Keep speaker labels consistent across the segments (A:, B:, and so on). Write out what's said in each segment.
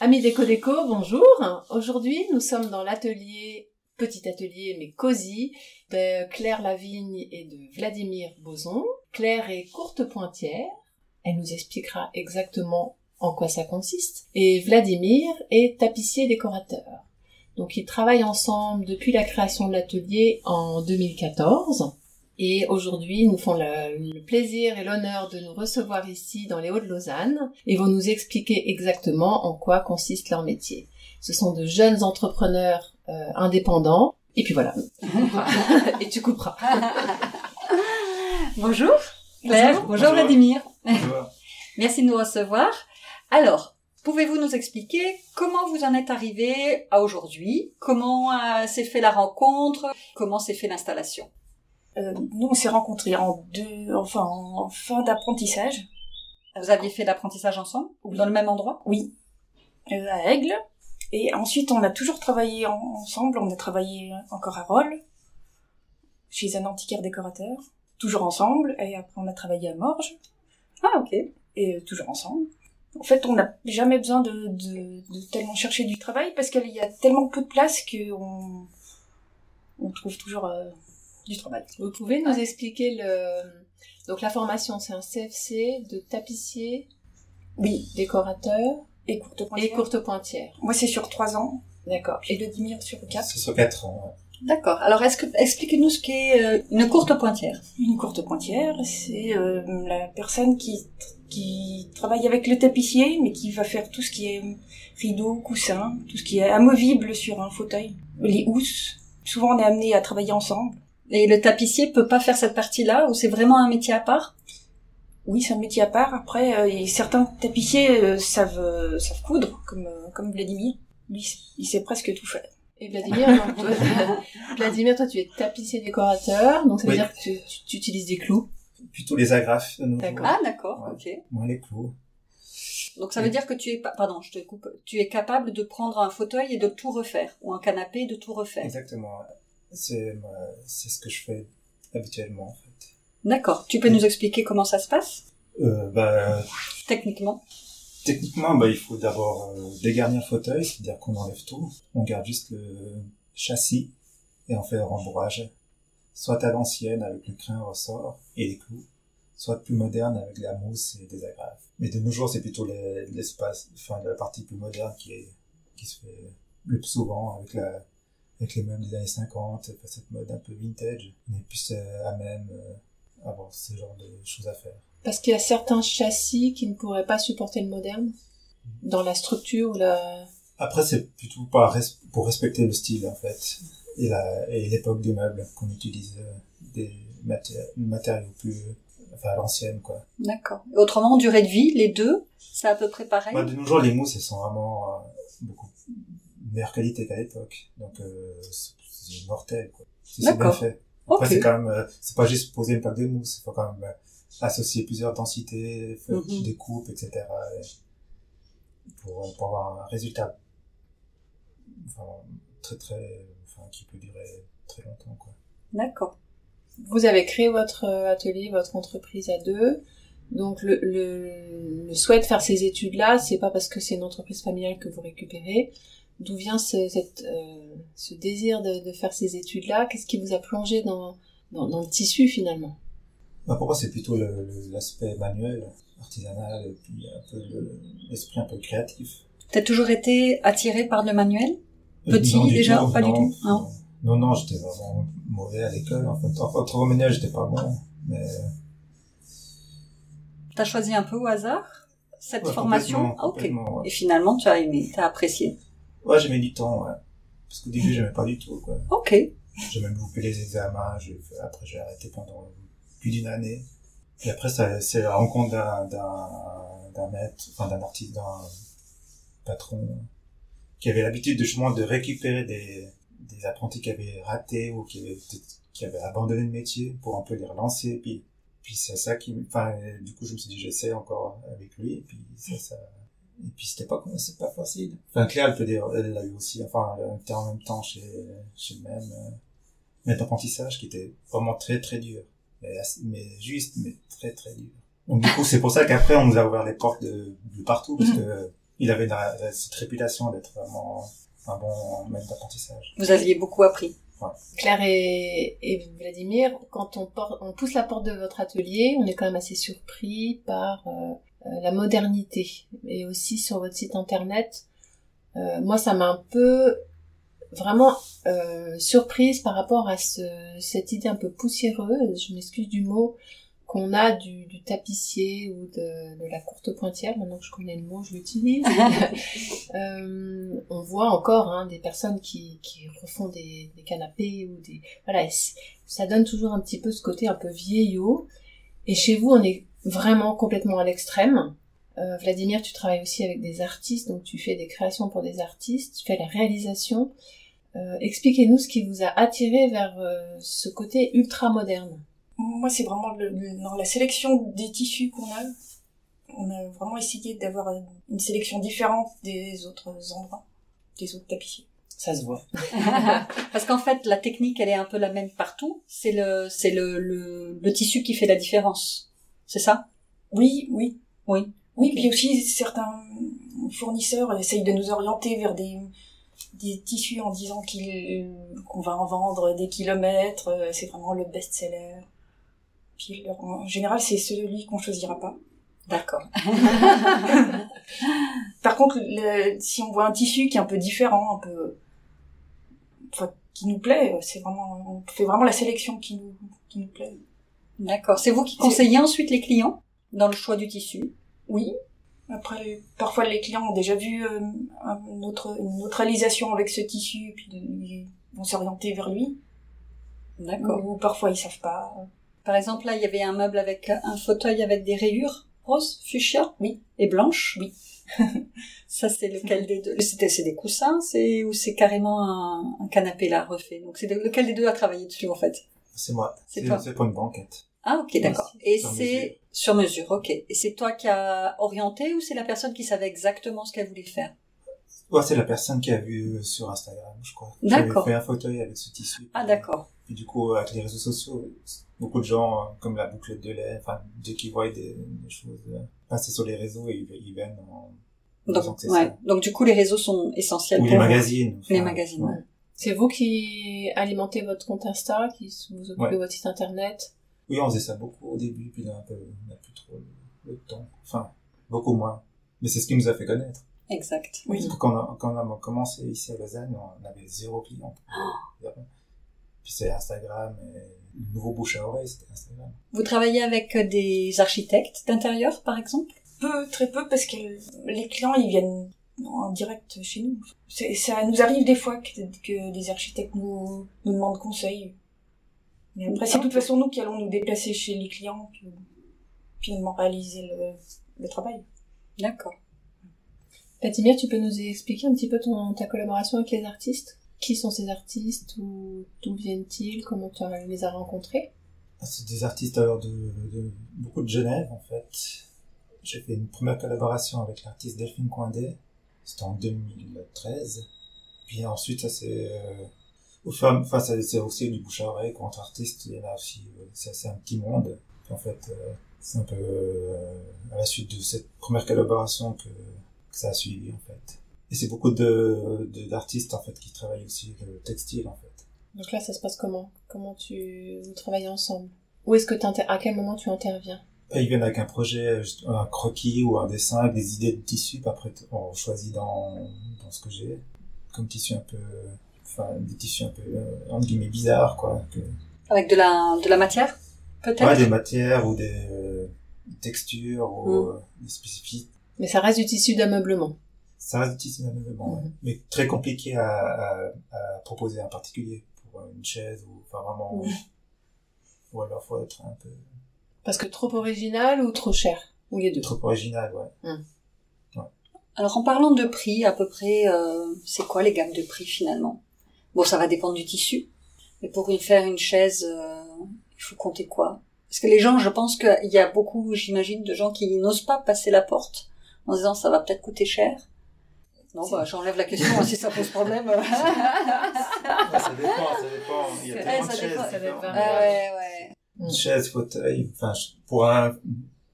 A: Amis Déco Déco, bonjour. Aujourd'hui, nous sommes dans l'atelier, petit atelier mais cosy, de Claire Lavigne et de Vladimir Boson. Claire est courte pointière. Elle nous expliquera exactement en quoi ça consiste. Et Vladimir est tapissier décorateur. Donc ils travaillent ensemble depuis la création de l'atelier en 2014. Et aujourd'hui, ils nous font le, le plaisir et l'honneur de nous recevoir ici dans les Hauts-de-Lausanne et vont nous expliquer exactement en quoi consiste leur métier. Ce sont de jeunes entrepreneurs euh, indépendants. Et puis voilà. et tu couperas.
B: Bonjour Claire, bonjour,
C: Bonjour.
B: Vladimir.
C: Bonjour.
B: Merci de nous recevoir. Alors, pouvez-vous nous expliquer comment vous en êtes arrivé à aujourd'hui Comment euh, s'est fait la rencontre Comment s'est fait l'installation
D: Euh, nous, on s'est rencontrés en deux, enfin, en fin d'apprentissage.
B: Vous aviez fait l'apprentissage ensemble Dans le même endroit
D: Oui. euh, à Aigle. Et ensuite, on a toujours travaillé en- ensemble. On a travaillé encore à Rolle, chez un antiquaire décorateur. Toujours ensemble. Et après, on a travaillé à Morges.
B: Ah, ok.
D: Et euh, toujours ensemble. En fait, on n'a jamais besoin de, de- de tellement chercher du travail parce qu'il y a tellement peu de place qu'on on trouve toujours euh, du travail.
A: Vous pouvez nous expliquer le... Donc la formation, c'est un CFC de tapissier,
D: Oui.
A: décorateur
D: Et courte
A: et
D: pointière.
A: courte pointière.
D: Moi, c'est sur trois ans.
A: D'accord.
D: Et Vladimir sur quatre.
C: C'est sur 4 ans.
B: D'accord. Alors, est-ce que, expliquez-nous ce qu'est euh, une courte pointière.
D: Une courte pointière, c'est euh, la personne qui, qui travaille avec le tapissier, mais qui va faire tout ce qui est euh, rideau, coussin, tout ce qui est amovible sur un fauteuil. Les housses. Souvent, on est amené à travailler ensemble.
B: Et le tapissier peut pas faire cette partie-là ou c'est vraiment un métier à part
D: Oui, c'est un métier à part. Après, euh, et certains tapissiers euh, savent, euh, savent coudre, comme, euh, comme Vladimir. Lui, il sait presque tout faire.
A: Et Vladimir, alors, toi, Vladimir, toi tu es tapissier décorateur, donc ça veut
C: Oui.
A: dire que tu, tu- tu utilises des clous.
C: Plutôt les agrafes de nos jours.
A: D'accord.
B: Ah, d'accord.
C: Ouais.
B: Ok.
C: Moi, les clous.
B: Donc ça veut
C: Oui.
B: dire que tu es, pa- pardon, je te coupe, tu es capable de prendre un fauteuil et de tout refaire, ou un canapé et de tout refaire.
C: Exactement. C'est euh, c'est ce que je fais habituellement, en fait.
B: D'accord. Tu peux
C: Oui.
B: nous expliquer comment ça se passe
C: Euh, bah,
B: techniquement
C: techniquement, bah, il faut d'abord euh, dégarnir le fauteuil, c'est-à-dire qu'on enlève tout. On garde juste le châssis et on fait le rembourrage. Soit à l'ancienne avec le crin ressort et les clous, soit plus moderne avec la mousse et des agrafes. Mais de nos jours, c'est plutôt les- l'espace, enfin la partie plus moderne qui, est, qui se fait le plus souvent avec la avec les mêmes des années 50, enfin, cette mode un peu vintage. On est plus euh, à même euh, à avoir ce genre de choses à faire.
A: Parce qu'il y a certains châssis qui ne pourraient pas supporter le moderne dans la structure ou la...
C: Après, c'est plutôt par res- pour respecter le style, en fait, et la- et l'époque des meubles, qu'on utilise euh, des maté- matériaux plus... Enfin, à l'ancienne, quoi.
B: D'accord. Et Autrement, durée de vie, les deux, c'est à peu près pareil.
C: Bah, de nos jours, les mousses, elles sont vraiment euh, beaucoup meilleure qualité qu'à l'époque. Donc, euh, c'est- c'est mortel, quoi. Si c'est bien
B: D'accord.
C: fait. Après,
B: ok.
C: c'est quand même... euh, c'est pas juste poser une plaque de mousse, il faut quand même euh, associer plusieurs densités, faire
B: Mhm.
C: des coupes, etc. et Pour, pour avoir un résultat enfin, très très... Enfin, qui peut durer très longtemps, quoi.
B: D'accord.
A: Vous avez créé votre euh, atelier, votre entreprise à deux. Donc le, le, le souhait de faire ces études-là, c'est pas parce que c'est une entreprise familiale que vous récupérez. D'où vient ce, cette, euh, ce désir de, de faire ces études-là Qu'est-ce qui vous a plongé dans, dans, dans le tissu finalement
C: Bah, pour moi, c'est plutôt le- le- l'aspect manuel, artisanal, et puis un peu le- l'esprit un peu créatif.
B: T'as toujours été attiré par le manuel
C: Euh,
B: Petit,
C: non, du
B: déjà,
C: tout,
B: pas du
C: non,
B: tout, hein.
C: non. Non, non, j'étais vraiment mauvais à l'école. En fait, en fait, au ménage, j'étais pas bon. Mais
B: T'as choisi un peu au hasard cette
C: Ouais,
B: formation
C: complètement,
B: Ah, Ok.
C: complètement, ouais.
B: Et finalement, tu as aimé, t'as apprécié.
C: Ouais, j'aimais du temps, ouais. Parce qu'au début, j'aimais pas du tout, quoi.
B: Ok.
C: J'ai même loupé les examens. j'ai fait- Après, j'ai arrêté pendant plus d'une année. Et après, ça- c'est la rencontre d'un, d'un, d'un maître, enfin, d'un artiste, d'un patron, qui avait l'habitude de, justement de récupérer des, des apprentis qui avaient raté ou qui avaient, qui avaient abandonné le métier pour un peu les relancer. Puis, puis c'est ça qui, me- enfin, euh, du coup, je me suis dit, j'essaie encore avec lui. Et puis, ça, ça, et puis c'était pas, c'est pas facile. Enfin, Claire, elle peut dire, elle l'a eu aussi. Enfin, elle était en même temps chez, chez le même, euh, maître d'apprentissage qui était vraiment très, très dur. Mais, assez- mais juste, mais très, très dur. Donc, du coup, c'est pour ça qu'après, on nous a ouvert les portes de, de partout
B: Mhm.
C: parce que, euh, il avait la- la- cette réputation d'être vraiment un bon maître d'apprentissage.
B: Vous aviez beaucoup appris.
A: Claire et, et Vladimir, quand on, por- on pousse la porte de votre atelier, on est quand même assez surpris par euh, euh, la modernité. Et aussi sur votre site internet, euh, moi ça m'a un peu vraiment euh, surprise par rapport à ce- cette idée un peu poussiéreuse, je m'excuse du mot, qu'on a du, du tapissier ou de, de la courte pointière. Maintenant que je connais le mot, je l'utilise. Euh, on voit encore hein, des personnes qui, qui refont des, des canapés ou des voilà et c- ça donne toujours un petit peu ce côté un peu vieillot et chez vous on est vraiment complètement à l'extrême Euh, Vladimir tu travailles aussi avec des artistes donc tu fais des créations pour des artistes tu fais la réalisation Euh, expliquez-nous ce qui vous a attiré vers euh, ce côté ultra moderne
D: Moi, c'est vraiment le- le- dans la sélection des tissus qu'on a. On a vraiment essayé d'avoir une sélection différente des autres endroits, des autres tapissiers.
A: ça se voit
B: Parce qu'en fait, la technique, elle est un peu la même partout. C'est le, c'est le, le, le tissu qui fait la différence. C'est ça
D: Oui, oui.
B: Oui.
D: Oui,
B: Ok.
D: puis aussi, certains fournisseurs essayent de nous orienter vers des, des tissus en disant qu'ils- qu'on va en vendre des kilomètres, euh, c'est vraiment le best-seller. Puis, leur- en général, c'est celui qu'on choisira pas.
B: D'accord.
D: Par contre, le- si on voit un tissu qui est un peu différent, un peu, enfin, qui nous plaît, c'est vraiment, on fait vraiment la sélection qui nous, qui nous plaît.
B: D'accord. C'est vous qui conseillez ensuite les clients dans le choix du tissu.
D: Oui. Après, parfois les clients ont déjà vu euh, un autre, une autre réalisation avec ce tissu, puis ils vont s'orienter vers lui.
B: D'accord.
D: Ou parfois ils savent pas.
B: Par exemple, là, il y avait un meuble avec euh, un fauteuil avec des rayures rose, fuchsia, oui, et blanche, oui. Ça, c'est lequel des deux C'était, c'est des coussins, c'est ou c'est carrément un, un canapé là refait. Donc, c'est de- lequel des deux a travaillé dessus en fait
C: C'est moi.
B: C'est toi.
C: C'est pour une banquette.
B: Ah, ok, d'accord. Et
C: Sur mesure.
B: c'est sur mesure, ok. Et c'est toi qui as orienté ou c'est la personne qui savait exactement ce qu'elle voulait faire
C: Ouais, c'est la personne qui a vu euh, sur Instagram, je crois.
B: D'accord.
C: J'avais fait un fauteuil avec ce tissu.
B: Ah, d'accord.
C: Et du coup, avec les réseaux sociaux, beaucoup de gens, euh, comme la boucle de lait, enfin, dès qu'ils voient des, des choses euh, passer sur les réseaux, ils, ils viennent en disant
B: Donc,
C: que c'est
B: ouais.
C: ça.
B: Donc, du coup, les réseaux sont essentiels
C: Ou
B: pour
C: les
B: vous.
C: magazines.
B: Les
C: enfin,
B: magazines.
C: ouais.
A: c'est vous qui alimentez votre compte Insta qui s- vous occupez
C: Ouais.
A: de votre site internet
C: Oui, on faisait ça beaucoup au début, puis là, un peu, on n'a plus trop le- le temps. Enfin, beaucoup moins. Mais c'est ce qui nous a fait connaître.
B: Exact.
D: Oui.
C: Parce que quand, on a, quand on a commencé ici à Lausanne, on avait zéro client.
B: Oh.
C: Puis c'est Instagram, et le nouveau bouche à oreille, c'était Instagram.
B: Vous travaillez avec euh, des architectes d'intérieur, par exemple
D: Peu, très peu, parce que les clients ils viennent en direct chez nous. C'est- Ça nous arrive des fois que, que des architectes nous, nous demandent conseil. Mais après, c'est de toute façon nous qui allons nous déplacer chez les clients, puis finalement réaliser le, le travail.
B: D'accord.
A: Vladimir, tu peux nous expliquer un petit peu ton, ta collaboration avec les artistes Qui sont ces artistes Où, d'où viennent-ils Comment tu as- les as rencontrés
C: Ah, C'est des artistes alors de, de beaucoup de Genève en fait. J'ai fait une première collaboration avec l'artiste Delphine Coindé, c'était en 2013. Puis ensuite ça c'est euh, au fur et à- enfin ça- c'est aussi du bouche à oreille contre artistes, il y en a aussi euh, c'est c'est un petit monde. Puis en fait euh, c'est un peu euh, à la suite de cette première collaboration que, que ça a suivi en fait. Et c'est beaucoup de de- d'artistes en fait qui travaillent aussi le textile en fait.
A: Donc là, ça se passe comment Comment tu vous travaillez ensemble Où est-ce que tu à quel moment tu interviens
C: Et Ils viennent avec un projet, euh, juste un croquis ou un dessin, avec des idées de tissus. puis Après, t- on choisit dans, dans ce que j'ai, comme tissu un peu, enfin, des tissus un peu, euh, entre guillemets, bizarres, quoi. que-
B: Avec de la, de la matière, peut-être
C: ouais, des matières ou des euh, textures
B: Mm.
C: ou euh, des spécifiques.
A: Mais ça reste du tissu d'ameublement.
C: Ça reste des tissus d'ameublement, ouais.
B: Mm.
A: Mhm.
C: mais très compliqué à, à, à proposer à un particulier pour euh, une chaise ou, enfin,
B: Mm.
C: vraiment,
A: Ouais.
C: ou alors faut être un peu
A: Parce que trop original ou trop cher Ou les deux
C: trop original, ouais.
B: Alors en parlant de prix, à peu près, euh, c'est quoi les gammes de prix finalement Bon, ça va dépendre du tissu, mais pour une, faire une chaise, euh, il faut compter quoi Parce que les gens, je pense qu'il y a beaucoup, j'imagine, de gens qui n'osent pas passer la porte en se disant ça va peut-être coûter cher. Non, bah, j'enlève la question hein, si ça pose problème. Ah
C: Ouais, Ah, ça dépend, ça dépend. Il y a
B: Ouais,
C: tellement
B: ça
C: de chaises.
B: dépend,
A: ça
C: différentes.
A: dépend.
B: Ah ouais, ouais.
A: Mm.
C: Chaise, fauteuil, enfin, je- pour un,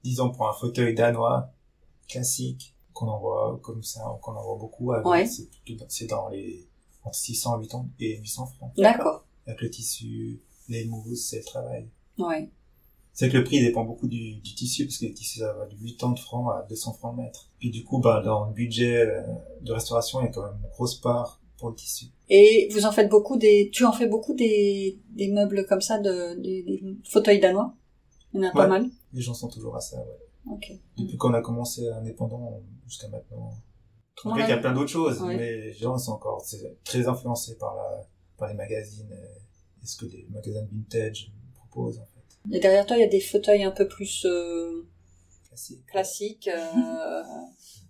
C: disons pour un fauteuil danois classique, qu'on en voit comme ça, qu'on en voit beaucoup, avec-
B: Ouais.
C: c'est plutôt- c'est dans les, entre 600 et 800 et 800 francs.
B: D'accord.
C: Avec le tissu, les mousses, et le travail.
B: Ouais.
C: C'est que le prix dépend beaucoup du, du tissu, parce que les tissus, ça va de 80 francs à 200 francs le mètre. Puis du coup, bah, dans le budget euh, de restauration, il y a quand même une grosse part pour le tissu.
B: Et vous en faites beaucoup des, tu en fais beaucoup des, des meubles comme ça, de, des, des fauteuils danois. Il y en a pas
C: Ouais.
B: mal.
C: Les gens sont toujours à ça, ouais.
B: Ok.
C: Depuis qu'on a commencé indépendant jusqu'à maintenant.
B: Tout le
C: En
B: monde
C: fait, il y a
B: a-
C: plein d'autres choses,
B: Ouais.
C: mais les gens sont encore c'est très influencés par, la, par les magazines euh, et, et ce que les magasins vintage proposent, en fait.
B: Et derrière toi, il y a des fauteuils un peu plus euh,
C: Classique.
B: classiques. euh,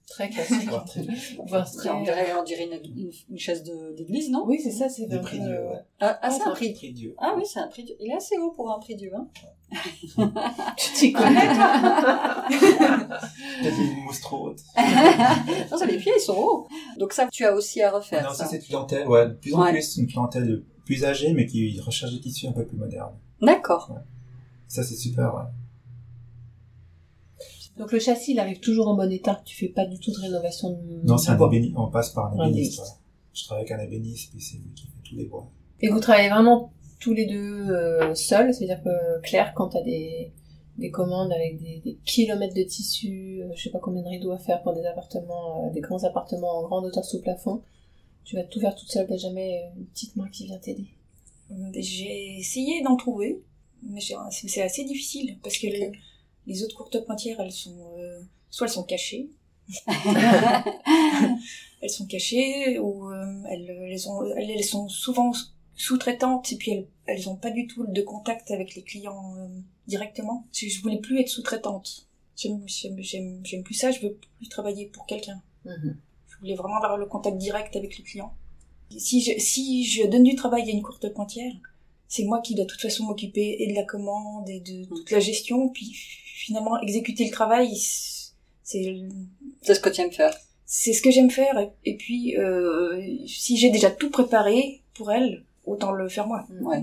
A: Très classique.
C: Voire très-
A: Voire très-
B: on dirait, on dirait une, une- une chaise de- d'église, non
A: Oui, c'est ça, c'est
C: Des
A: un
C: prix
A: peu,
C: de-
A: euh,
C: ouais.
B: ah, ah, c'est
A: c'est
B: un
A: un
B: prix.
C: Très Dieu.
B: Ah oui, c'est un prix. du- Il est assez haut pour un prix du vin.
A: Tu t'y connais, toi
C: Peut-être une mousse trop haute.
B: Non, ça, les pieds, ils sont hauts. Donc ça, tu as aussi à refaire.
C: non,
B: ça.
C: ça, c'est une clientèle, ouais, de plus en
B: Ouais.
C: plus, une clientèle plus âgée, mais qui recherche des tissus un peu plus modernes.
B: D'accord.
C: Ça, c'est super,
B: Mm.
C: ouais.
A: Donc le châssis, il arrive toujours en bon état. Tu fais pas du tout de rénovation de
C: Non, c'est un
A: bois.
C: ébéniste. On passe par un
A: Un
C: ébéniste,
A: ébéniste.
C: ouais. Je travaille avec un ébéniste, puis c'est lui qui fait tous les bois.
A: Et vous travaillez vraiment tous les deux euh, seuls, c'est-à-dire que euh, Claire, quand t'as des, des commandes avec des, des kilomètres de tissu, euh, je sais pas combien de rideaux à faire pour des appartements, euh, des grands appartements en grande hauteur sous plafond, tu vas tout faire toute seule, t'as jamais une petite main qui vient t'aider.
D: J'ai essayé d'en trouver, mais j'ai- c'est c'est assez difficile parce que les, les autres courtes pointières, elles sont euh, soit elles sont cachées, elles sont cachées ou euh, elles, elles ont- elles- elles sont souvent sous-traitantes et puis elles elles ont pas du tout de contact avec les clients euh, directement. Je, je voulais plus être sous-traitante. J'aime j'aime- j'aime- j'aime plus ça. Je veux plus travailler pour quelqu'un. Je voulais vraiment avoir le contact direct avec le client. Si je, si je donne du travail à une courte pointière, c'est moi qui dois de toute façon m'occuper et de la commande et de toute la gestion. Puis finalement, exécuter le travail, c'est
B: C'est ce que tu aimes faire.
D: c'est ce que j'aime faire. Et, et puis, euh, si j'ai déjà tout préparé pour elle, autant le faire moi.
B: Ouais.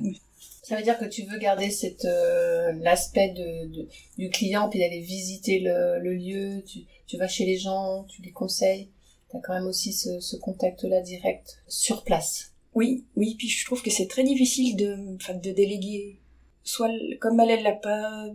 A: Ça veut dire que tu veux garder cette euh, l'aspect de, de- du client puis d'aller visiter le, le lieu, tu, tu vas chez les gens, tu les conseilles. T'as quand même aussi ce, ce contact-là direct sur place.
D: Oui, oui, puis je trouve que c'est très difficile de, enfin, de déléguer. Soit, l- comme elle, elle n'a pas euh,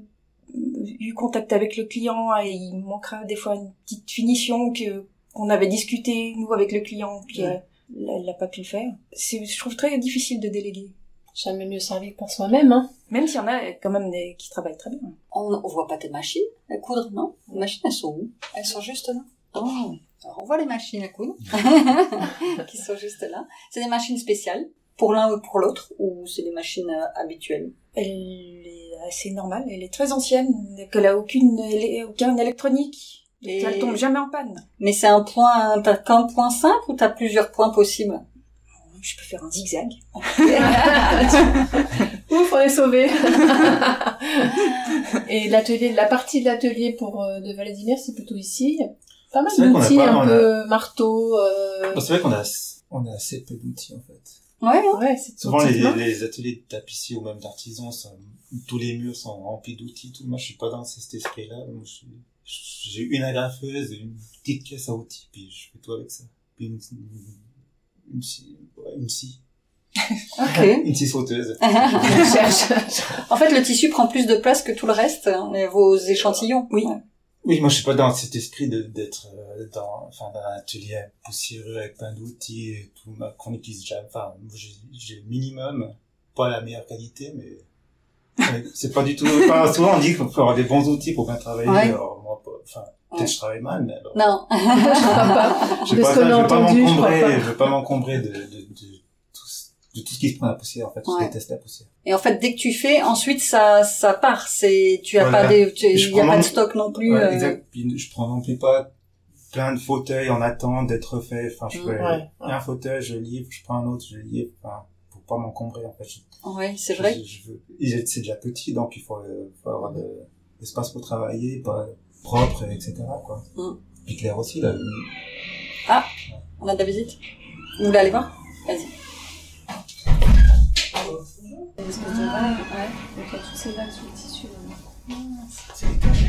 D: eu contact avec le client et il manquera des fois une petite finition que qu'on avait discuté, nous, avec le client, puis
A: Ouais.
D: elle- elle n'a pas pu le faire. C'est, je trouve très difficile de déléguer.
A: Jamais mieux servi que par soi-même, hein.
D: Même s'il y en a euh, quand même des, qui travaillent très bien.
B: On, on voit pas tes machines à coudre, non Les machines, elles sont où Elles sont juste là. Oh. Alors, on voit les machines à coudre qui sont juste là. C'est des machines spéciales pour l'un ou pour l'autre ou c'est des machines euh, habituelles
D: Elle est assez normale, elle est très ancienne, qu'elle a aucune, élé- aucun électronique.
B: Et-
D: Elle tombe jamais en panne.
B: Mais c'est un point, t'as qu'un point simple ou t'as plusieurs points possibles
D: Je peux faire un zigzag.
A: Ouf, on est sauvés Et l'atelier, la partie de l'atelier pour euh, de Vladimir, c'est plutôt ici. Il y a Pas mal
C: C'est vrai qu'on a
A: d'outils,
C: pas-
A: un
C: on a-
A: peu marteau. euh,
C: Bon, c'est vrai qu'on a, on a assez peu d'outils, en fait.
B: Ouais.
A: Ouais, c'est
C: Souvent, les,
A: petites mains.
C: les ateliers de tapissiers ou même d'artisans, ça- tous les murs sont remplis d'outils. Tout. Moi, je suis pas dans cet esprit-là. Moi, je suis- j'ai une agrafeuse, une petite caisse à outils, puis je fais tout avec ça. Puis une, une, une scie, ouais, une scie,
B: Ok.
C: une scie sauteuse.
A: Je cherche.
B: En fait, le tissu prend plus de place que tout le reste, hein, les- vos échantillons.
D: Oui.
C: Oui, moi, je suis pas dans cet esprit de, d'être euh, dans, enfin, dans un atelier poussiéreux avec plein d'outils et tout, ma- qu'on n'utilise jamais. Enfin, moi, j'ai- j'ai le minimum, pas la meilleure qualité, mais mais c'est pas du tout. Enfin, souvent, on dit qu'il faut avoir des bons outils pour bien travailler.
B: Ouais.
C: Alors, moi, pas- enfin, peut-être
B: Ouais.
C: que je travaille mal, mais alors.
B: Non.
A: Je crois pas.
C: je
A: de
C: vais pas,
A: ce qu'on
C: je
A: a
C: vais pas
A: entendu, je crois
C: m'encombrer,
A: pas.
C: je vais pas m'encombrer de, de, de, tout, ce- de tout ce qui se prend la poussière. En fait,
B: Ouais.
C: je déteste la poussière.
B: Et en fait, dès que tu fais, ensuite ça ça part. C'est tu as
C: Voilà.
B: pas des, tu-
C: Et je
B: il y a
C: prends
B: pas
C: mon-
B: de stock non plus.
C: Ouais,
B: euh,
C: exact. Puis, je prends non plus pas plein de fauteuils en attente d'être faits. Enfin, je
A: Mm,
C: fais
A: ouais, ouais.
C: un fauteuil, je livre, je prends un autre, je livre. Enfin, pour pas m'encombrer, en fait. Je-
B: Ouais, c'est vrai.
C: je- je veux- il est- C'est déjà petit, donc il faut, euh, faut avoir de l'espace pour travailler, pas propre, etc. Quoi.
B: Mm.
C: Puis Claire aussi, là,
B: On a de la visite. Vous voulez aller voir Vas-y. Est-ce que tu vas Ouais.
D: Donc, il y a tous ces lacs sur le tissu. là.
C: c'est l'étage.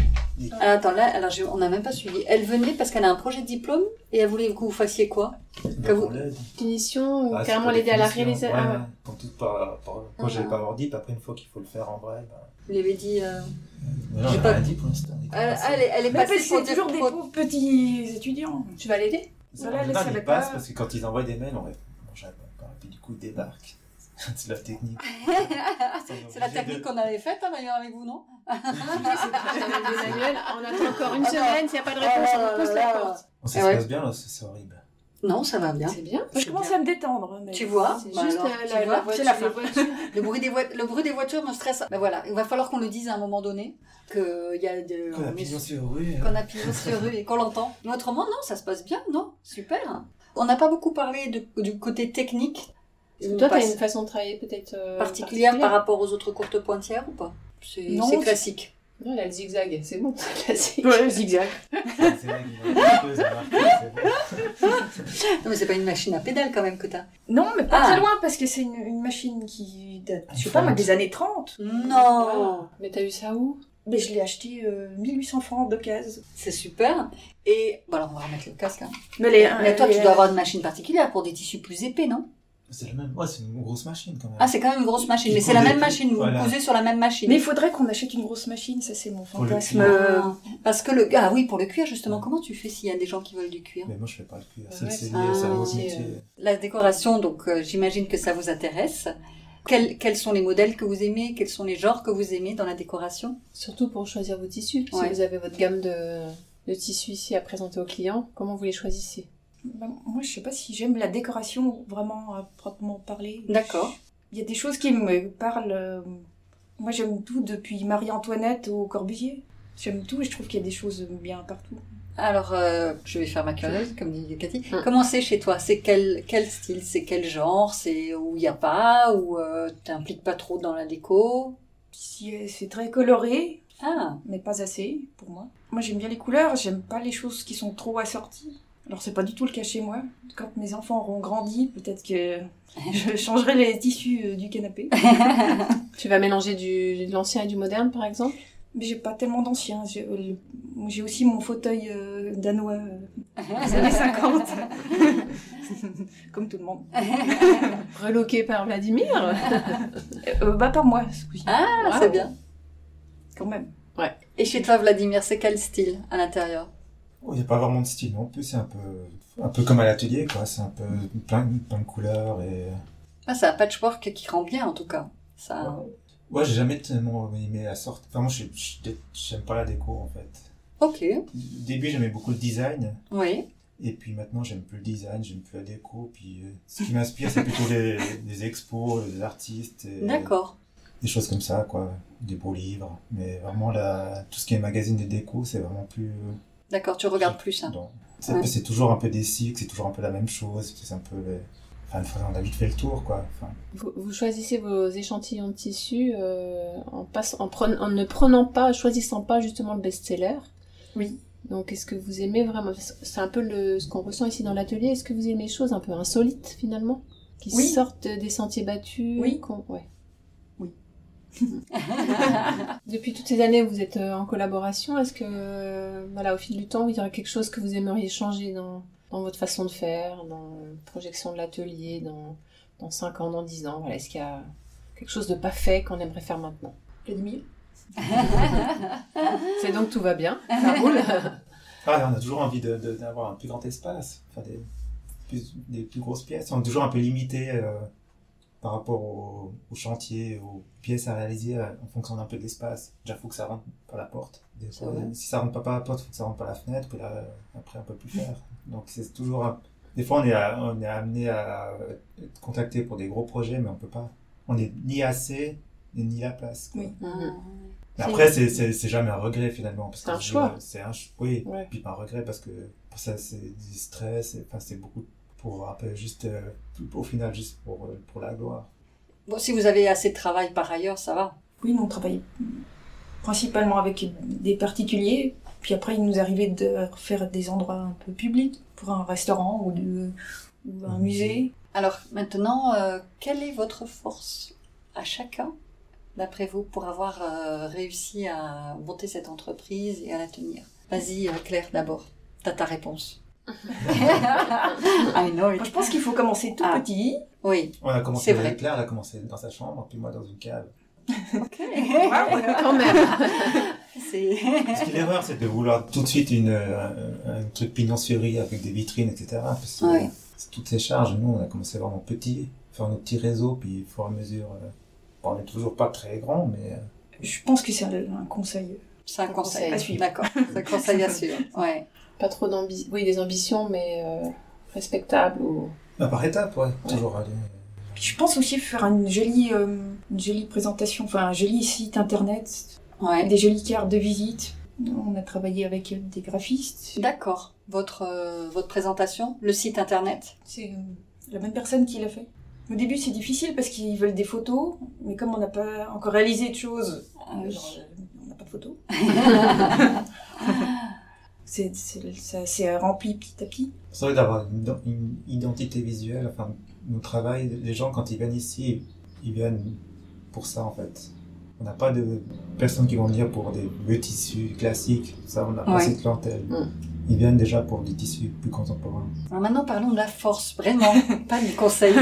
B: Ah, Attends, là, alors j'ai- on n'a même pas suivi. Elle venait parce qu'elle a un projet de diplôme et elle voulait que vous fassiez quoi
C: Le
B: vous-
C: problème,
A: Finition ou
C: Ah, c'est
A: carrément
C: pour
A: l'aider à la ah
C: définition,
A: réalisation.
C: ouais, pour tout, par, par projet par ordi, puis après, une fois qu'il faut le faire en vrai, ben,
B: Vous l'avez dit. euh, Bah,
C: Mais non,
B: J'ai
C: j'ai
B: pas- Ah,
C: rien dit pour l'instant. on est
B: Elle,
C: passé.
B: Euh, elle est- elle est
D: Mais
B: passée
D: parce que
B: pour
D: Bah, c'est
B: dire
D: toujours des
B: pour-
D: pauvres petits étudiants.
A: Tu vas l'aider
C: C'est
D: voilà,
C: en
D: elle
C: général,
D: savait
C: ils passent
D: pas.
C: parce que quand ils envoient des mails, on répond bon, j'arrive pas. Et puis du coup, ils débarquent. C'est la technique.
B: C'est la technique qu'on avait faite hein, d'ailleurs avec vous, non
A: Emmanuel, on attend encore une
B: Ah,
A: semaine, s'il n'y a pas de réponse,
B: Ah,
A: on
B: là,
A: repousse
B: là,
A: la
B: là.
A: porte.
C: Bon, ça
B: Eh
C: se
B: ouais.
C: passe bien là, c'est c'est horrible.
B: Non, ça va bien.
A: C'est bien.
D: Moi, je commence à me détendre. Mais...
B: Tu vois
A: C'est
B: Bah
A: juste
B: alors,
A: la,
B: tu
A: la- la
B: vois,
A: voiture.
D: c'est la fin.
A: les voitures.
B: Le bruit des, voi- le bruit des voitures me stresse. Ben voilà, il va falloir qu'on le dise à un moment donné, qu'il y a de...
C: Quand la
B: Euh, on est-
C: pignon sur rue. euh.
B: qu'on a pignon sur rue et qu'on l'entend. Mais autrement, non, ça se passe bien, non Super. On n'a pas beaucoup parlé de- du côté technique.
A: Parce que
B: On
A: Toi, t'as
B: passe-
A: une façon de travailler peut-être euh,
B: particulière par rapport aux autres courtes pointières ou pas C'est
D: Non,
B: c'est
D: c'est-
B: classique.
A: Non, là, le zigzag, c'est bon, c'est classique.
D: Ouais, zigzag.
C: C'est vrai qu'il y a des choses à marquer, c'est bon.
B: Non, mais c'est pas une machine à pédale quand même que t'as.
D: Non, mais pas
B: Ah.
D: très loin, parce que c'est une, une machine qui date, je sais pas, moi, des années 30.
B: Non
A: Mais t'as eu ça où
D: Mais je l'ai acheté euh, 1800 francs d'occasion.
B: C'est super. Et. Bon, alors on va remettre le casque. hein.
D: Mais, les,
B: Mais toi,
D: les-
B: tu dois avoir une machine particulière pour des tissus plus épais, non
C: C'est le même. Ouais, c'est une grosse machine quand même.
B: Ah, c'est quand même une grosse machine, mais
C: Qui
B: c'est la
C: pose
B: même
C: des-
B: machine, vous
C: voilà.
B: posez sur la même machine.
D: euh, Mais il faudrait qu'on achète une grosse machine, ça c'est mon
C: Pour le client.
D: fantasme. Euh,
B: Ah, Parce que le. Ah oui, pour le cuir, justement, comment tu fais s'il y a des gens qui veulent du cuir
C: Mais moi, je fais pas le cuir. C'est
A: Ouais,
C: le
A: c'est-
C: cellier, c'est un gros
B: Ah,
C: métier.
B: La décoration, donc euh, j'imagine que ça vous intéresse. Quels, quels sont les modèles que vous aimez Quels sont les genres que vous aimez dans la décoration
A: Surtout pour choisir vos tissus.
B: Ouais.
A: Si vous avez votre gamme de, de tissus ici à présenter aux clients, comment vous les choisissez
D: bah, moi, je sais pas si j'aime la décoration vraiment à proprement parler.
B: D'accord.
D: Il y a des choses qui me parlent. euh, Moi, j'aime tout depuis Marie-Antoinette au Corbusier. J'aime tout et je trouve qu'il y a des choses bien partout.
B: Alors, euh, je vais faire ma curieuse, comme dit Cathy.
A: Mm.
B: Comment c'est chez toi C'est quel, quel style C'est quel genre C'est où il n'y a pas Où euh, t'impliques pas trop dans la déco
D: Si, euh, C'est très coloré,
B: Ah,
D: mais pas assez pour moi. Moi j'aime bien les couleurs, j'aime pas les choses qui sont trop assorties. Alors c'est pas du tout le cas chez moi. Quand mes enfants auront grandi, peut-être que je changerai les tissus euh, du canapé.
A: Tu vas mélanger du, de l'ancien et du moderne, par exemple
D: Mais j'ai pas tellement d'anciens. J'ai euh, le- j'ai aussi mon fauteuil euh, danois euh, des années 50. Comme tout le monde.
A: Reloqué par Vladimir
D: Euh, bah par moi, oui.
B: Ah, c'est bien.
D: Quand même.
B: Et chez toi, Vladimir, c'est quel style à l'intérieur
C: Il n'y Oh, a pas vraiment de style non plus, c'est un peu, un peu comme à l'atelier, quoi. C'est un peu plein, de- plein de couleurs et.
B: Ah, c'est un patchwork qui rend bien en tout cas. Ça...
C: Ouais, j'ai jamais tellement aimé la sorte. Enfin, moi, je- je- j'aime pas la déco en fait.
B: Ok,
C: Au début, j'aimais beaucoup le design.
B: oui.
C: Et puis maintenant, j'aime plus le design, j'aime plus la déco. Puis euh, ce qui m'inspire, c'est plutôt les, les expos, les artistes, et
B: D'accord.
C: des choses comme ça, quoi. Des beaux livres. Mais vraiment, la, tout ce qui est magazine de déco, c'est vraiment plus. euh,
B: D'accord, tu regardes plus hein. ça.
C: dans- c'est un peu- C'est toujours un peu des cycles, c'est toujours un peu la même chose. C'est un peu. le- Enfin, une fois, on a vite fait le tour, quoi. Enfin,
A: vous, vous choisissez vos échantillons de tissus euh, en, passe- en, prenant- en ne prenant pas, choisissant pas justement le best-seller
D: Oui.
A: Donc, est-ce que vous aimez vraiment C'est un peu le, ce qu'on ressent ici dans l'atelier. Est-ce que vous aimez les choses un peu insolites finalement Qui
D: Oui.
A: sortent des sentiers battus
D: Oui.
A: qu'on- ouais.
D: Oui.
A: Depuis toutes ces années, vous êtes euh, en collaboration. Est-ce que, euh, voilà, au fil du temps, il y aurait quelque chose que vous aimeriez changer dans, dans votre façon de faire, dans la projection de l'atelier, dans, dans 5 ans, dans 10 ans voilà, Est-ce qu'il y a quelque chose de pas fait qu'on aimerait faire maintenant
D: Vladimir
A: C'est donc tout va bien, ça roule.
C: ah, on a toujours envie d'avoir de, d'avoir un plus grand espace, enfin, des, plus, des plus grosses pièces. On est toujours un peu limité euh, par rapport au, au chantier, aux pièces à réaliser euh, en fonction d'un peu de l'espace. Déjà, faut que ça rentre par la porte. Des
A: C'est
C: fois,
A: vrai.
C: si ça rentre pas par la porte, faut que ça rentre par la fenêtre, puis là, euh, après, on peut plus faire. Donc, c'est toujours. un- Des fois, on est, à- on est amené à euh, être contacté pour des gros projets, mais on peut pas. On est ni assez, ni la place. quoi.
D: Oui.
B: Ah.
A: Mhm.
C: Mais après, c'est- c'est c'est jamais un regret finalement. parce que
A: C'est un
C: je-
A: choix.
C: C'est un choix. Oui,
A: Ouais.
C: puis pas un regret parce que Ça, c'est distrait, c'est enfin, c'est beaucoup pour un peu juste, euh, au final, juste pour, euh, pour la gloire.
B: Bon, si vous avez assez de travail par ailleurs, ça va.
D: Oui, nous on travaillait principalement avec des particuliers. Puis après, il nous arrivait de faire des endroits un peu publics, pour un restaurant ou, de- ou un
C: Un
D: musée.
B: Alors maintenant, euh, quelle est votre force à chacun, d'après vous, pour avoir euh, réussi à monter cette entreprise et à la tenir Vas-y, euh, Claire, d'abord. T'as ta réponse. I know
D: Moi,
B: it.
D: je pense qu'il faut commencer tout
B: Ah.
D: petit.
B: Oui.
C: On a
B: C'est
C: commencé
B: vrai.
C: avec Claire, elle a commencé dans sa chambre, puis moi dans une cave.
B: Ok.
E: Quand même.
B: C'est-
C: Parce que l'erreur, c'est de vouloir tout de suite une, euh, un, un truc pignon sur rue avec des vitrines, etc. Parce que
B: Ouais.
C: c'est toutes ces charges, nous, on a commencé vraiment petit, faire nos petits réseaux, puis au fur et à mesure, euh, bon, on n'est toujours pas très grand, mais euh,
D: Je pense que c'est un, un conseil.
B: C'est un
A: Un
B: conseil.
A: conseil à
D: suivre.
B: D'accord. C'est un conseil à suivre. Ouais.
A: Pas trop d'ambition. Oui, des ambitions, mais euh, respectables. Ou...
C: bah, par étapes, ouais,
A: Ouais.
C: toujours aller.
D: Puis je pense aussi faire une jolie, euh, une jolie présentation, enfin un joli site internet,
B: Ouais.
D: des jolies cartes de visite. On a travaillé avec euh, des graphistes.
B: D'accord. Votre, euh, votre présentation, le site internet.
D: C'est euh, la même personne qui l'a fait. Au début, c'est difficile parce qu'ils veulent des photos, mais comme on n'a pas encore réalisé de choses, euh, genre, euh, on n'a pas de photos. c'est, c'est- ça s'est rempli petit à petit.
C: C'est vrai d'avoir une, ident- une identité visuelle, enfin, nos travail, les gens, quand ils viennent ici, ils viennent pour ça, en fait. On n'a pas de personnes qui vont venir pour des vieux tissus classiques, ça, on n'a pas
B: Ouais.
C: cette clientèle.
A: Mm.
C: Ils viennent déjà pour des tissus plus contemporains.
B: Alors maintenant, parlons de la force, vraiment, pas du conseil.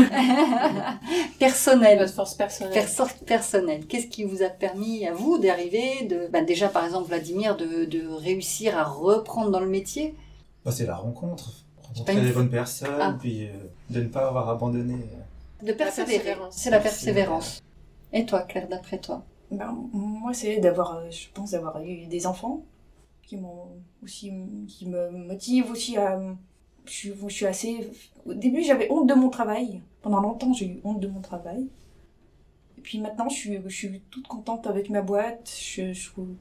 A: Et
B: Personnel.
A: Votre force personnelle.
B: Perso- personnel. Qu'est-ce qui vous a permis à vous d'arriver, de, ben déjà par exemple Vladimir, de, de réussir à reprendre dans le métier
C: Bah, c'est la rencontre, rencontrer
B: pas une-
C: les bonnes personnes,
B: Ah.
C: puis euh, de ne pas avoir abandonné.
B: De persévérer.
A: persévérance.
B: C'est la persévérance. Et toi, Claire, d'après toi
D: Ben, moi, c'est d'avoir, euh, je pense, d'avoir eu des enfants qui m'ont aussi, qui me motivent aussi à. Je, suis- je suis assez. Au début, j'avais honte de mon travail. Pendant longtemps, j'ai eu honte de mon travail. Et puis maintenant, je suis, je suis toute contente avec ma boîte. Je, je, trouve-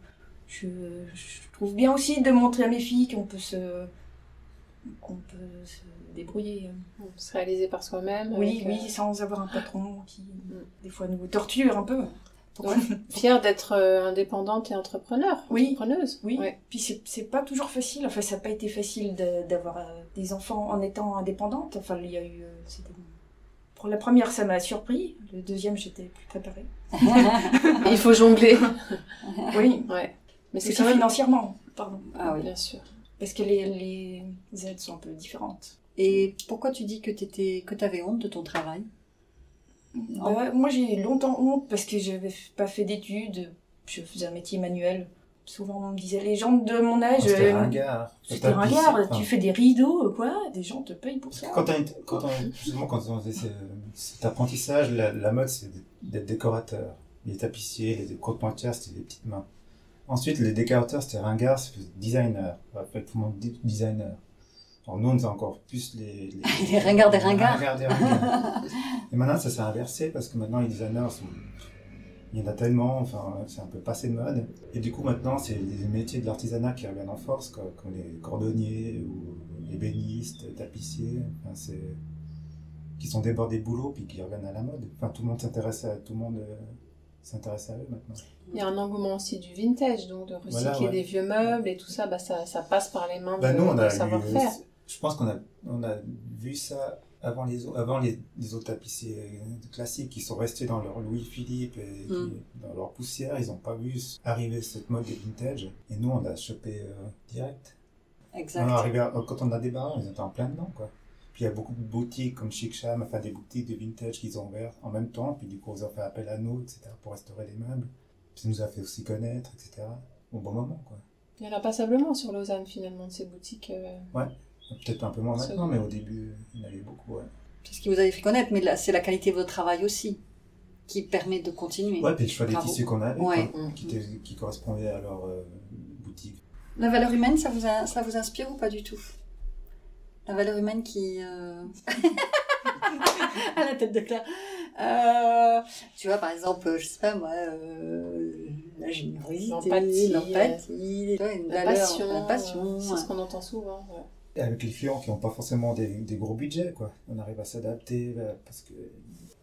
D: je, je trouve bien aussi de montrer à mes filles qu'on peut se. qu'on peut se débrouiller.
A: On se réaliser par soi-même.
D: Oui,
A: avec, euh, Mm.
D: oui, sans avoir un patron qui, des fois, nous torture un peu.
A: Fière d'être euh, indépendante et entrepreneur.
D: Oui.
A: Entrepreneuse.
D: Oui,
A: Ouais.
D: puis c'est c'est pas toujours facile. Enfin, ça n'a pas été facile de- d'avoir euh, des enfants en étant indépendante. Enfin, il y a eu. euh, c'était- Pour la première, ça m'a surpris. Le deuxième, j'étais plus préparée.
A: Et Il faut jongler.
D: Oui,
A: ouais. Mais c'est
D: aussi
A: quand même.
D: financièrement, pardon.
B: Ah oui.
A: Bien sûr.
D: Parce que les, les aides sont un peu différentes.
B: Et pourquoi tu dis que t'étais, que t'avais honte de ton travail Non.
D: Bah, moi, j'ai eu longtemps honte parce que j'avais pas fait d'études. Je faisais un métier manuel. Souvent, on me disait les gens de mon âge.
C: Oh, C'était
D: euh,
C: ringard.
D: C'était ringard, tu fais des rideaux, quoi, des gens te payent pour ça.
C: Quand on, est- quand on- justement, quand on faisait ce- cet apprentissage, la, la mode, c'est d'être décorateur. Les tapissiers, les courtes-pointières, c'était des petites mains. Ensuite, les décorateurs, c'était ringard, c'était designer. En fait, tout le monde dit designer. Alors nous, on était encore plus les... Les,
B: Les ringards des ringards.
C: ringards des ringards. Et maintenant, ça s'est inversé, parce que maintenant, les designers, sont- il y en a tellement, enfin, c'est un peu passé de mode. Et du coup, maintenant, c'est les métiers de l'artisanat qui reviennent en force, quoi, comme les cordonniers ou les bénistes, tapissiers, enfin, c'est- qui sont débordés de boulot puis qui reviennent à la mode. Enfin, tout le monde s'intéresse à tout le monde euh, s'intéresse à eux maintenant.
A: Il y a un engouement aussi du vintage, donc de recycler
C: Voilà, ouais.
A: des vieux meubles et tout ça, bah, ça, ça passe par les mains
C: Bah,
A: de,
C: nous, on
A: de
C: a eu,
A: savoir-faire.
C: je pense qu'on a, on a vu ça avant les, au- avant les, les autres tapissiers euh, classiques qui sont restés dans leur Louis Philippe et qui-
B: Mm.
C: dans leur poussière. Ils n'ont pas vu s- arriver cette mode des vintage. Et nous, on l'a chopé euh, direct.
B: Exact.
C: On est arrivé à- euh, quand on a débarré, ils étaient en plein dedans, quoi. Puis il y a beaucoup de boutiques comme Chic Cham, enfin des boutiques de vintage qu'ils ont ouvertes en même temps. Puis du coup, ils ont fait appel à nous, etc., pour restaurer les meubles. Puis ça nous a fait aussi connaître, etc. Au bon moment, quoi.
A: Il y en a passablement sur Lausanne, finalement, de ces boutiques. euh,
C: Peut-être un peu moins
A: C'est
C: maintenant,
A: vrai.
C: mais au début, il y en avait beaucoup, ouais.
B: C'est ce qui vous avez fait connaître, mais là, c'est la qualité de votre travail aussi qui permet de continuer.
C: Ouais, puis le choix des
B: Bravo.
C: tissus qu'on avait,
B: Ouais.
C: quoi, qui, étaient- qui correspondaient à leur euh, boutique.
B: La valeur humaine, ça vous, a- ça vous inspire ou pas du tout La valeur humaine qui... euh, à la tête de Claire. Euh, tu vois, par exemple, je sais pas moi, euh, la générosité,
A: L'empathie,
B: l'empathie, tu vois, une
A: La
B: valeur,
A: passion.
B: la passion.
A: euh, C'est ce qu'on entend souvent. ouais.
C: Et avec les clients qui n'ont pas forcément des, des gros budgets, quoi. On arrive à s'adapter euh, parce que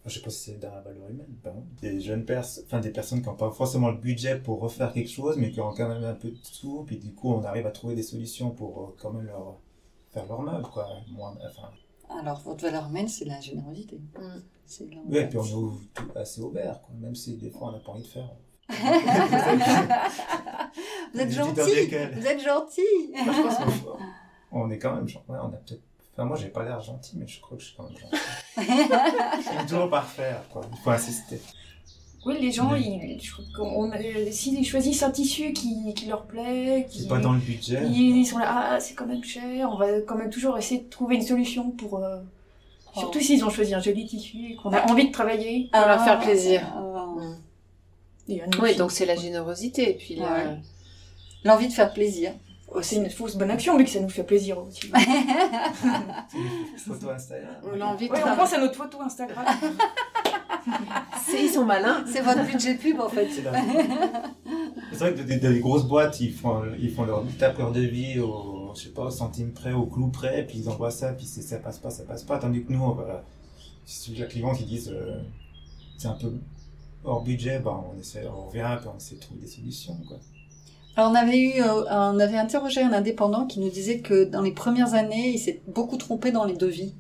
C: je sais pas si c'est dans la valeur humaine. pardon. Des jeunes personnes, enfin des personnes qui n'ont pas forcément le budget pour refaire quelque chose, mais qui ont quand même un peu de sous, puis du coup on arrive à trouver des solutions pour euh, quand même leur faire leur meuble, quoi. Moins, enfin,
B: Alors, votre valeur humaine, c'est la générosité.
A: Mm.
B: C'est là, en
C: ouais,
B: fait.
C: puis on est au- tout- assez ouvert, quoi. Même si des fois on n'a pas envie de faire.
B: Vous êtes
C: Je dis dans
B: gentil.
C: lesquels.
B: Vous êtes gentil.
C: Moi, je pense qu'on- on est quand même gentil. Ouais, on a peut-être. Enfin, moi, j'ai pas l'air gentil, mais je crois que je suis quand même gentil. Il faut toujours parfaire, quoi. Il faut insister.
D: Oui, les gens,
C: Oui.
D: ils, je trouve qu'on- euh, s'ils choisissent un tissu qui, qui leur plaît, qui,
C: C'est pas dans le budget.
D: ils sont là, ah, c'est quand même cher, on va quand même toujours essayer de trouver une solution pour. euh,
A: Oh.
D: Surtout s'ils ont choisi un joli tissu et qu'on a envie de travailler.
A: On va faire plaisir.
B: Ah.
D: Et un
A: Oui,
D: outil.
A: donc c'est la générosité. Et puis euh, la-
B: Ouais. L'envie de faire plaisir.
D: Oh, c'est une fausse bonne action, mais que ça nous fait plaisir aussi.
C: Photo Instagram.
A: on a envie de
D: Ouais, on
A: travailler.
D: pense à notre photo Instagram.
A: C'est- Ils sont malins.
B: C'est votre budget pub, en fait.
C: C'est la- C'est vrai que des, des- des grosses boîtes, ils font, ils font leur tapeur de vie au, je sais pas, au centime près, au clou près, puis ils envoient ça, puis c'est- ça passe pas, ça passe pas. Tandis que nous, on va, si les clients qui disent euh, c'est un peu hors budget, ben on essaie, on revient, puis on essaie de trouver des solutions, quoi.
B: Alors, on avait eu, euh, on avait interrogé un indépendant qui nous disait que dans les premières années, il s'est beaucoup trompé dans les devis.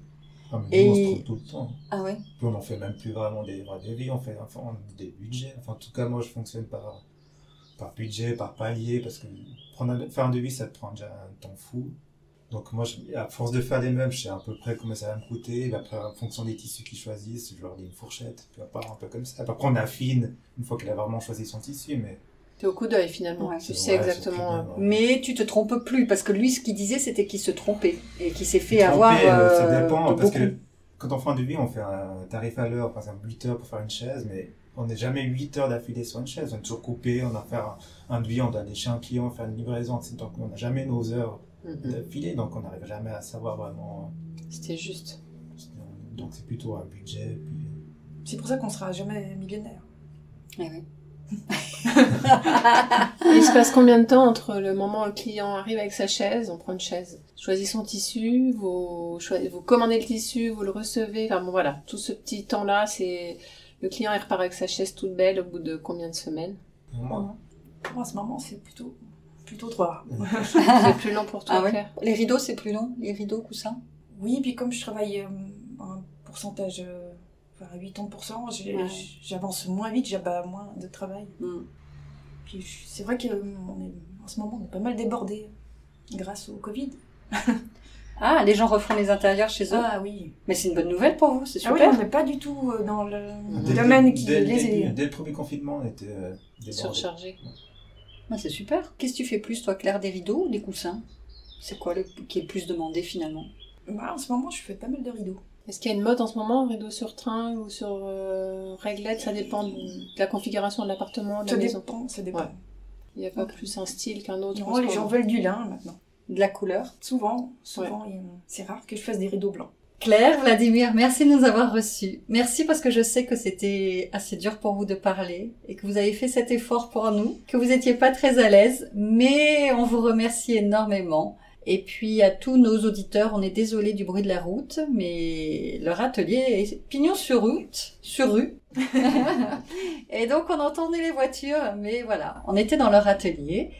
C: Ah, mais nous,
B: Et-
C: on se trompe tout le temps.
B: Ah ouais?
C: Puis on n'en fait même plus vraiment des vrais devis, on fait enfin, on- des budgets. Enfin, en tout cas, moi, je fonctionne par, par budget, par palier, parce que prendre un- faire un devis, ça te prend déjà un temps fou. Donc moi, je- à force de faire des meubles, je sais à peu près combien ça va me coûter. Et après, en fonction des tissus qu'ils choisissent, je leur dis une fourchette. Puis on part un peu comme ça. Après, on affine une fois qu'il a vraiment choisi son tissu, mais...
A: T'es au coup d'œil finalement.
B: Ouais.
A: tu
C: Ouais,
A: sais
C: c'est
A: exactement.
C: très bien, hein. ouais.
B: Mais tu te trompes plus, parce que lui, ce qu'il disait, c'était qu'il se trompait et qu'il s'est fait
C: Trempé,
B: avoir.
C: euh, ça
B: euh,
C: dépend,
B: de
C: parce
B: beaucoup.
C: que quand on fait un devis, on fait un tarif à l'heure, par exemple 8 heures pour faire une chaise, mais on n'est jamais 8 heures d'affilée sur une chaise. On est toujours coupé, on a fait un, un devis, on doit aller chez un client, faire une livraison, etc. donc on n'a jamais nos heures
A: Mhm.
C: d'affilée, donc on n'arrive jamais à savoir vraiment.
A: C'était juste.
C: Donc c'est plutôt un budget. puis-
D: c'est pour ça qu'on sera jamais millionnaire.
B: Ah ouais.
A: Il se passe combien de temps entre le moment où le client arrive avec sa chaise, on prend une chaise, choisit son tissu, vous, choi- vous commandez le tissu, vous le recevez, enfin bon voilà, tout ce petit temps-là, c'est le client il repart avec sa chaise toute belle au bout de combien de semaines
C: Moi,
D: Moi, en ce moment, c'est plutôt, plutôt trois.
A: C'est plus long pour toi,
B: Ah ouais
A: Claire
B: Les rideaux, c'est plus long, les rideaux, coussins.
D: Oui, puis comme je travaille euh, un pourcentage, euh, enfin à 80%, j'ai-
B: Ouais.
D: j'avance moins vite, j'abats moins de travail.
B: Hmm.
D: Puis je- c'est vrai qu'en ce moment, on est pas mal débordé grâce au Covid.
B: Ah, les gens refont les intérieurs chez eux.
D: Ah oui,
B: Mais c'est une bonne nouvelle pour vous, c'est
D: ah
B: super.
D: oui on n'est pas du tout euh, dans le
C: Ah, Dès le
D: domaine
C: début-
D: qui
C: dès le
D: les
C: début,
D: est.
C: Dès le premier confinement, on était euh, débordés.
A: Surchargé.
B: Ah, c'est super. Qu'est-ce que tu fais plus, toi, Claire, des rideaux ou des coussins C'est quoi le... qui est le plus demandé finalement
D: Bah, en ce moment, je fais pas mal de rideaux.
A: Est-ce qu'il y a une mode en ce moment, rideau sur train ou sur euh, réglette Ça dépend de la configuration de l'appartement, de
D: Ça
A: la maison.
D: dépend, ça dépend.
A: Ah, Ouais. Il n'y a pas plus un style qu'un autre.
D: Non,
A: en ce
D: les gens
A: moment.
D: veulent du lin maintenant.
B: De la couleur
D: Souvent, souvent, il y en- c'est rare que je fasse des rideaux blancs.
B: Claire, Vladimir, merci de nous avoir reçus. Merci parce que je sais que c'était assez dur pour vous de parler et que vous avez fait cet effort pour nous, que vous étiez pas très à l'aise, mais on vous remercie énormément. Et puis à tous nos auditeurs, on est désolé du bruit de la route, mais leur atelier est pignon sur route, sur rue. et donc on entendait les voitures, mais voilà, on était dans leur atelier.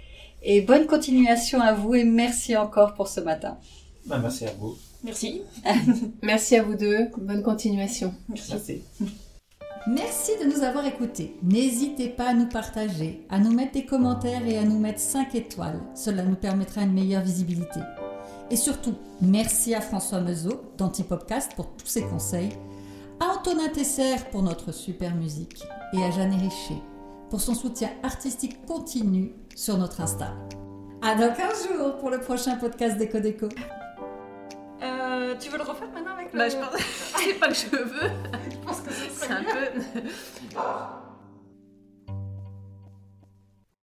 B: Et bonne continuation à vous et merci encore pour ce matin.
C: Bah, merci à vous.
D: Merci.
A: Merci à vous deux. Bonne continuation.
C: Merci.
F: Merci de nous avoir écoutés. N'hésitez pas à nous partager, à nous mettre des commentaires et à nous mettre 5 étoiles. Cela nous permettra une meilleure visibilité. Et surtout, merci à François Meuseau d'Antipopcast pour tous ses conseils, à Antonin Tesser pour notre super musique et à Jeanne Richer pour son soutien artistique continu sur notre Insta. À dans 15 jours pour le prochain podcast d'EcoDéco.
G: tu veux le refaire maintenant avec
H: Bah, je pense... c'est pas que je veux. Je pense que c'est un peu.